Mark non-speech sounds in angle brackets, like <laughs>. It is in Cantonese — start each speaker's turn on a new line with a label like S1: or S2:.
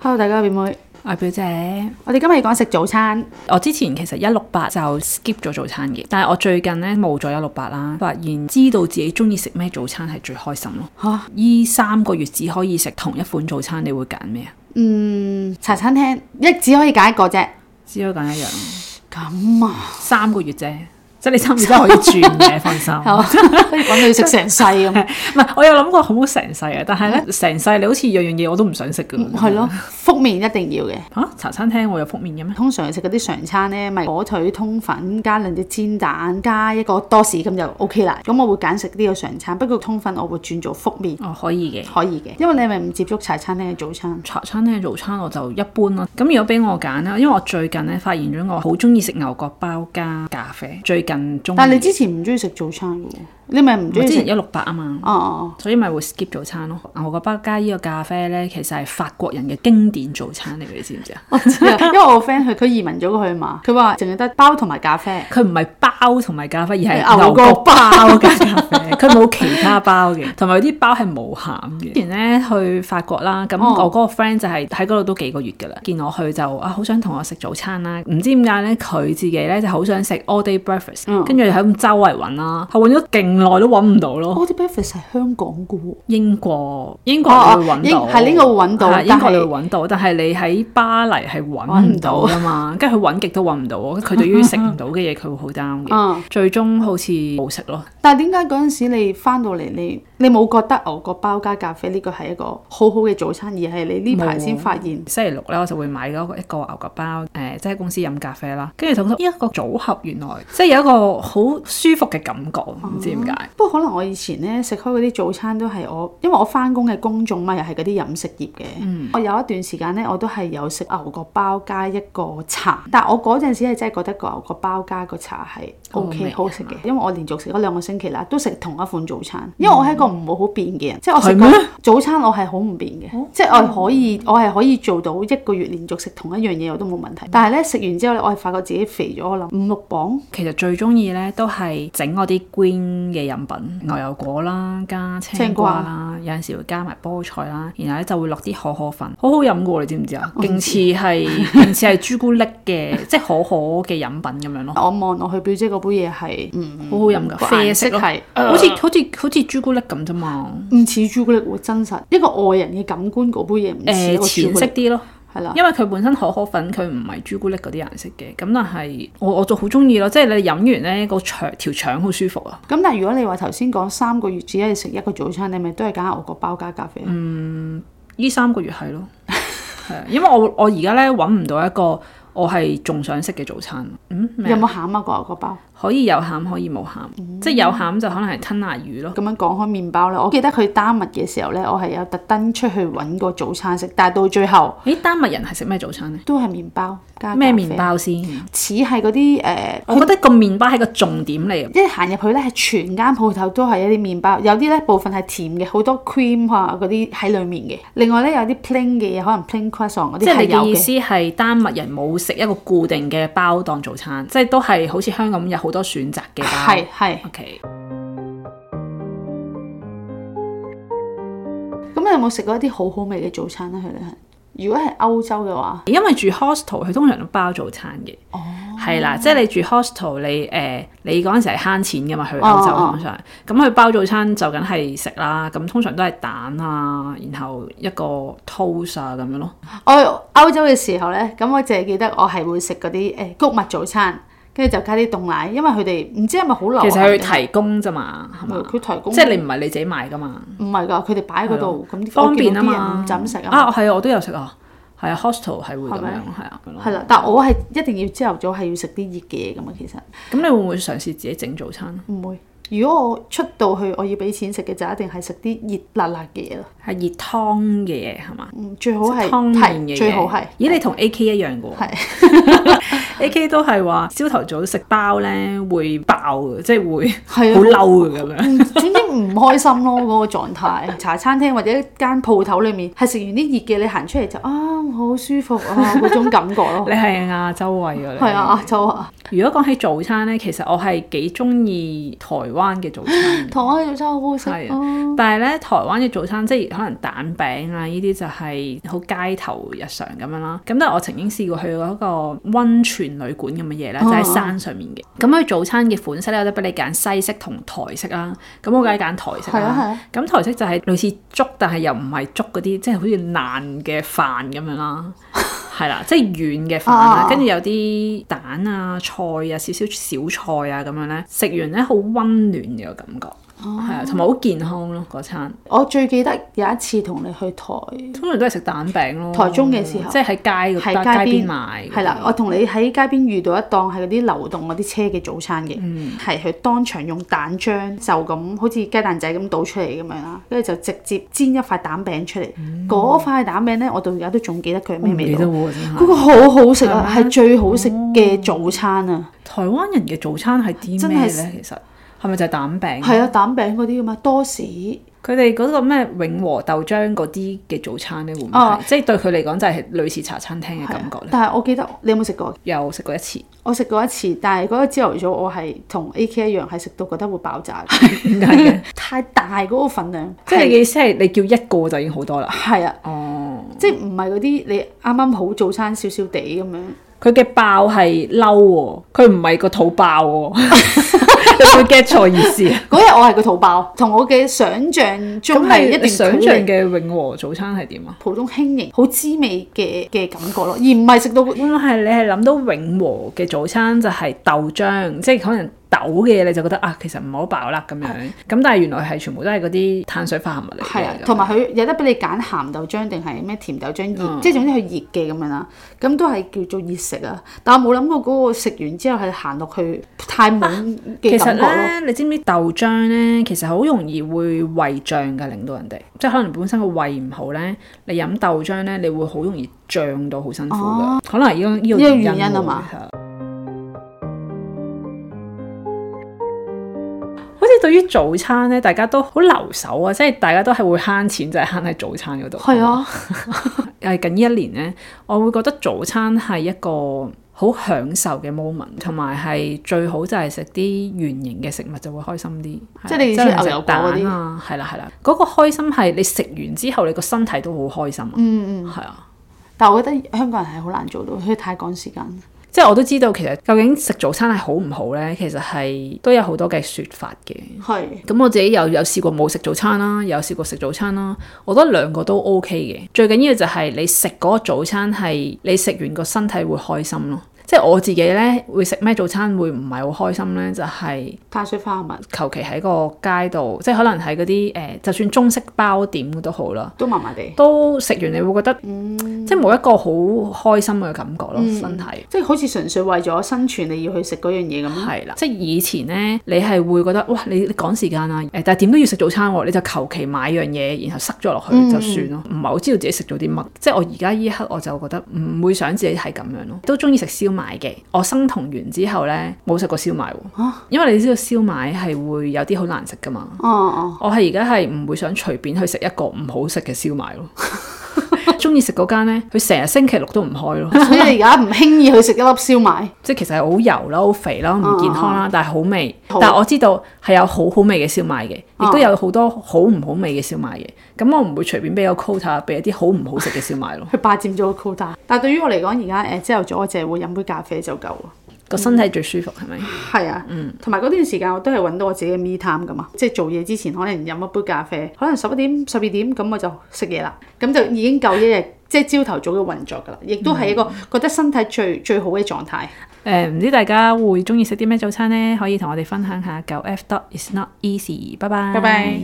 S1: Hello，大家表妹，
S2: 我表姐，
S1: 我哋今日要講食早餐，
S2: 我之前其實一六八就 skip 咗早餐嘅，但係我最近咧冇咗一六八啦，發現知道自己中意食咩早餐係最開心咯。
S1: 嚇
S2: 依三個月只可以食同一款早餐，你會揀咩啊？
S1: 嗯，茶餐廳一只可以揀一個啫。
S2: 只可以揀一樣，
S1: 咁啊，
S2: 三個月啫，即係你三個月真係可以轉 <laughs> 嘅，放心。
S1: 好，跟住講到要食成世咁，
S2: <laughs> 唔係，我有諗過好唔好成世啊，但係咧成世你好似樣樣嘢我都唔想食噶。
S1: 係咯，覆面一定要嘅。
S2: 嚇、茶餐廳會有覆面嘅咩？
S1: 通常食嗰啲常餐咧，咪火腿通粉加兩隻煎蛋加一個多士咁就 O K 啦。咁我會揀食呢個常餐，不過通粉我會轉做覆面，
S2: 哦，可以嘅。
S1: 可以嘅，因為你係咪唔接觸茶餐廳嘅早餐。
S2: 茶餐廳早餐我就一般啦。咁如果俾我揀啦，因為我最近咧發現咗我好中意食牛角包加咖啡，最近中意。
S1: 但係你之前唔中意食早餐嘅喎，你咪唔
S2: 我
S1: 中意
S2: 之前
S1: 食
S2: 一六八啊嘛。
S1: 哦哦，
S2: 所以咪會 skip 早餐咯。牛角包加呢個咖啡咧，其實係法國人嘅經典早餐嚟嘅，你知唔知啊？
S1: 哦我知啊，因為我個 friend 佢佢移民咗過去嘛，佢話淨係得包同埋咖啡。
S2: 佢唔係包同埋咖啡，而係
S1: 牛
S2: 牛
S1: 角
S2: 角包加咖 <laughs> 啡。佢冇其他包嘅，同埋有啲包係冇餡嘅。之前咧去法國啦，咁
S1: 哦
S2: 我嗰個 friend 就係喺嗰度都幾個月㗎啦。見我去就啊，好想同我食早餐啦。唔知點解咧，佢自己咧就好想食 all day breakfast，
S1: 嗯
S2: 跟住就喺咁周圍揾啦，係揾咗勁耐都揾唔到咯。
S1: 我啲 breakfast 係香港嘅喎，
S2: 英國，英國
S1: 哦哦
S2: 你會揾
S1: 英
S2: 到，
S1: 係呢個會揾到
S2: 係
S1: 但係
S2: 英國你會揾到，但係你喺巴黎係揾唔到噶嘛，跟住佢揾極都揾唔到，佢對於食唔到嘅嘢佢會好 down 嘅，
S1: 嗯，
S2: 最終好似冇食咯。
S1: 但係點解嗰陣時你翻到嚟你你冇覺得牛角包加咖啡呢個係一個好好嘅早餐，而係你呢排先發現？
S2: 星期六咧，我就會買嗰個一個牛角包，誒、即係喺公司飲咖啡啦。跟住就覺得呢一個組合原來即係有一個好舒服嘅感覺，唔知點解。
S1: 不過可能我以前咧食開嗰啲早餐都係我，因為我翻工嘅工種嘛，又係嗰啲飲食業嘅。
S2: 嗯
S1: 我有一段時間咧，我都係有食牛角包加一個茶，但我嗰陣時係真係覺得個牛角包加個茶係 O
S2: 好味
S1: K
S2: 啊嗯
S1: 好食嘅，因為我連續食咗兩個星期啦，都食同一款早餐。因為我係一個唔會好變嘅人，即係我食
S2: 係
S1: 過
S2: 咩哦
S1: 早餐我係好唔變嘅，即係我可以我係可以做到一個月連續食同一樣嘢我都冇問
S2: 嗯
S1: 題。但係咧食完之後咧，我係發覺自己肥咗，我諗五六磅。
S2: 其實最中意咧都係整嗰啲 green 嘅飲品，牛油果啦，加青瓜啦，有陣時會加埋菠菜啦，然後咧就會落啲可可粉，好好飲嘅喎，你知唔知啊？勁似係勁似係朱古力嘅， <laughs> 即係可可嘅飲品咁樣咯，
S1: 我望落去表姐嗰杯嘢係嗯。
S2: 好好飲㗎，啡色咯，呃
S1: 係
S2: 好似好似好似朱古力咁啫嘛，
S1: 唔似朱古力喎，真實一個外人嘅感官嗰杯嘢唔似一個
S2: 誒
S1: 朱
S2: 呃淺
S1: 古
S2: 色
S1: 力，
S2: 啲咯。
S1: 係啦。
S2: 因為佢本身可可粉佢唔係朱古力嗰啲顏色嘅，咁但係我我就好中意咯，即係你飲完咧個腸條腸好舒服啊！
S1: 咁但係如果你話頭先講三個月只係食一個早餐，你咪都係揀牛角包加咖啡。
S2: 呢三個月係咯，係啊因為我我而家咧揾唔到一個我係仲想食嘅早餐，嗯，咩
S1: 有冇餡啊個牛角包？
S2: 可以有餡可以冇餡，即係有餡就可能係吞拿魚咯。
S1: 咁樣講開麵包咧，我記得去丹麥嘅時候咧，我係有特登出去揾個早餐食，但係到最後
S2: 咦，丹麥人係食咩早餐咧？
S1: 都係麵包加
S2: 咩麵
S1: 麵？
S2: 包先？
S1: 似係嗰啲誒，
S2: 我覺得個麵包係個重點嚟嘅。
S1: 一行入去咧係全間鋪頭都係一啲麵包，有啲咧部分係甜嘅，好多 cream 啊嗰啲喺裡面嘅。另外咧有啲 plain 嘅嘢，可能 plain croissant 嗰
S2: 即
S1: 啲
S2: 係
S1: 係
S2: 你
S1: 有
S2: 嘅意
S1: 嘅。
S2: 思係丹麥人冇食一個固定嘅包當早餐，即係都係好似香港咁有好多選擇嘅包。
S1: 係係，
S2: OK，
S1: 咁你有冇食過一啲好好味嘅早餐咧？去旅行，如果係歐洲嘅話，
S2: 因為住 hostel 佢通常都包早餐嘅。
S1: 哦，
S2: 係啦，即係你住 hostel，你誒、呃你嗰陣時係慳錢噶嘛，去歐
S1: 哦哦
S2: 洲通常，咁佢包早餐就梗係食啦，咁通常都係蛋啊，然後一個 toast 啊咁樣咯。
S1: 我歐洲嘅時候咧，咁我淨係記得我係會食嗰啲誒谷物早餐，跟住就加啲凍奶，因為佢哋唔知係咪好流
S2: 其
S1: 行
S2: 實佢
S1: 嘅，
S2: 提供咋嘛，係嘛？
S1: 佢提供
S2: 即係你唔係你自己買噶嘛，
S1: 唔係㗎，佢哋擺喺嗰度，咁
S2: 方便啊
S1: 我見到啲人
S2: 嘛。
S1: 唔怎食啊，
S2: 啊，係啊，我都有食啊，係啊，hostel 係會咁
S1: 係咪
S2: 樣，係啊，咁
S1: 係
S2: 咯。
S1: 啦，但我係一定要朝頭早係要食啲熱嘅嘢㗎嘛，其實
S2: 咁你會唔會嘗試自己整早餐？
S1: 唔會。如果我出到去，我要俾錢食嘅就一定係食啲熱辣辣嘅嘢咯，
S2: 係熱湯嘅嘢係嘛？
S1: 嗯，最好係
S2: 湯面嘅
S1: 係
S2: 嘢
S1: 最好係。
S2: 咦，你同 A K 一樣嘅喎。A <laughs> K 都係話朝頭早食包咧會爆嘅，即係會
S1: 係啊
S2: 好嬲嘅咁樣。
S1: 嗯 <laughs> 總之唔開心咯，嗰、個狀態。茶餐廳或者一間鋪頭裏面，係食完啲熱嘅，你行出嚟就啊，我好舒服啊，嗰種感覺咯。
S2: <laughs> 你係亞洲胃㗎，你
S1: 係啊，亞洲啊，
S2: 如果講起早餐咧，其實我係幾中意台灣嘅早餐嘅。
S1: 台灣嘅早餐好好食
S2: 係
S1: 啊！
S2: 但係咧，台灣嘅早餐即係可能蛋餅啊，呢啲就係好街頭日常咁樣啦。咁但係我曾經試過去過一個温泉旅館咁嘅嘢咧，就喺山上面嘅。哦咁佢早餐嘅款式咧，有得俾你揀西式同台式啦。咁我梗係揀台式
S1: 係啊係
S2: 啦
S1: 啊。
S2: 咁台式就係類似粥，但係又唔係粥嗰啲，即係好似爛嘅飯咁樣啦。係啦，即係軟嘅飯啦
S1: 啊，
S2: 跟住有啲蛋啊、菜啊、少少小菜啊咁樣咧，食完咧好温暖嘅感覺，
S1: 哦
S2: 係啊，同埋好健康咯嗰餐。
S1: 我最記得有一次同你去台
S2: 通常都係食蛋餅咯，
S1: 台中嘅時候
S2: 即係喺街嗰
S1: 喺
S2: 街
S1: 街邊
S2: 邊賣，
S1: 係啦，我同你喺街邊遇到一檔係嗰啲流動嗰啲車嘅早餐嘅，
S2: 嗯
S1: 係佢、當場用蛋漿就咁好似雞蛋仔咁倒出嚟咁樣啦，跟住就直接煎一塊蛋餅出嚟。嗰、塊蛋餅咧，我到而家都仲記得佢係咩味
S2: 味
S1: 道
S2: 嗯都。啊喎真係
S1: 嗰個好好食啊，係最好食嘅早餐啊！
S2: 台灣人嘅早餐係啲
S1: 真
S2: 咩
S1: 係
S2: 咧？其實係咪就係蛋餅？
S1: 係啊，蛋餅嗰啲啊嘛，多士
S2: 佢哋嗰個咩永和豆漿嗰啲嘅早餐咧，會唔會係
S1: 哦
S2: 即係對佢嚟講就係類似茶餐廳嘅感覺咧？
S1: 但係我記得你有冇食過？
S2: 有食過一次，
S1: 我食過一次，但係嗰個朝頭早我係同 A K 一樣，係食到覺得會爆炸，
S2: <laughs> 點解嘅？
S1: 太大嗰個份量，
S2: 即係你嘅意思係你叫一個就已經好多啦。
S1: 係啊，
S2: 哦，
S1: 即係唔係嗰啲你啱啱好早餐少少地咁樣，
S2: 佢嘅爆係嬲喎，佢唔係個肚爆喎， <laughs> 你會 get 錯意思啊？
S1: 嗰日我係個肚爆，同我嘅想像中係
S2: 咁
S1: 一
S2: 你
S1: 段
S2: 想
S1: 距
S2: 像
S1: 離
S2: 嘅永和早餐係點啊？
S1: 普通輕盈、好滋味嘅嘅感覺咯，而唔係食啊到
S2: 會唔會係你係諗到永和嘅早餐就係豆漿，即係可能豆嘅嘢你就覺得啊，其實唔好飽啦咁樣。咁但係原來係全部都係嗰啲碳水化合物嚟
S1: 係啊
S2: 嘅，，
S1: 同埋佢有得俾你揀鹹豆漿定係咩甜豆漿熱，
S2: 嗯
S1: 即係總之佢熱嘅咁樣啦。咁都係叫做熱食啊。但我冇諗過嗰個食完之後係行落去太滿
S2: <laughs>
S1: 嘅
S2: 其實
S1: 感覺咯。
S2: 咧，你知唔知豆漿咧，其實好容易會胃脹嘅，令到人哋即係可能本身個胃唔好咧，你飲豆漿咧，你會好容易脹到好辛苦嘅，可能係呢個呢個
S1: 哦呢個
S2: 原
S1: 原因
S2: 因
S1: 啊嘛
S2: 喎。係啊好似對於早餐咧，大家都好留守啊，即係大家都係會慳錢，就係慳喺早餐嗰度。
S1: 係啊，
S2: 誒近呢一年咧，我會覺得早餐係一個好享受嘅 moment，同埋係最好就係食啲圓形嘅食物就會開心啲。係
S1: 即係你意思
S2: 啦可能
S1: 牛油
S2: 食
S1: 果嗰啲
S2: 蛋啊，係啦係啦，嗰、個開心係你食完之後，你個身體都好開心啊。嗯嗯，係啊。
S1: 但我覺得香港人係好難做到，佢太趕時間。
S2: 即係我都知道，其實究竟食早餐係好唔好咧，其實係都有好多嘅説法嘅。
S1: 係
S2: 咁我自己有有試過冇食早餐啦，有試過食早餐啦，我覺得兩個都 OK 嘅。最緊要就係你食嗰個早餐係你食完個身體會開心咯。即係我自己咧會食咩早餐會唔係好開心咧，就係
S1: 碳水化合物
S2: 求其喺個街度，即係可能喺嗰啲誒，就算中式包點都好啦。
S1: 都麻麻地，
S2: 都食完你會覺得，即係冇一個好開心嘅感覺咯，身體。
S1: 即係好似純粹為咗生存你要去食嗰樣嘢咁。 <laughs>
S2: 係啦，即係以前咧，你係會覺得哇，你你趕時間啊，誒，但係點都要食早餐喎，你就求其買樣嘢，然後塞咗落
S1: 嗯
S2: 去就算咯，唔係好知道自己食咗啲乜。即係我而家依一刻我就覺得嗯唔會想自己係咁樣咯，都中意食燒賣嘅。我生酮完之後咧，冇食過燒賣喎，因為你知道燒賣係會有啲好難食噶嘛。
S1: 哦哦，
S2: 我係而家係唔會想隨便去食一個唔好食嘅燒賣咯。 <laughs> 中意食嗰間咧，佢成日星期六都唔開咯。
S1: 所以你而家唔輕易去食一粒燒賣， <laughs>
S2: 即係其實係好油啦、好肥啦、唔健康啦，但啊係好味。
S1: 好
S2: 但係我知道係有好好味嘅燒賣嘅，亦都有好多好唔好味嘅燒賣嘅。咁我唔會隨便俾個 quota 俾一啲好唔好食嘅燒賣 <laughs> 咯。
S1: 佢霸佔咗個 quota。但係對於我嚟講，而家誒朝頭早我淨係會飲杯咖啡就夠啦。
S2: 個身體最舒服係咪？
S1: 係啊，同埋嗰段時間我都係揾到我自己嘅 me time 噶嘛，即係做嘢之前可能飲一杯咖啡，可能十一點、十二點咁我就食嘢啦，咁就已經夠一日，即係朝頭早嘅運作噶啦，亦都係一個覺得身體最最好嘅狀態。
S2: 誒，唔知大家會中意食啲咩早餐呢？可以同我哋分享下。9F dot is not easy。拜拜。
S1: 拜拜。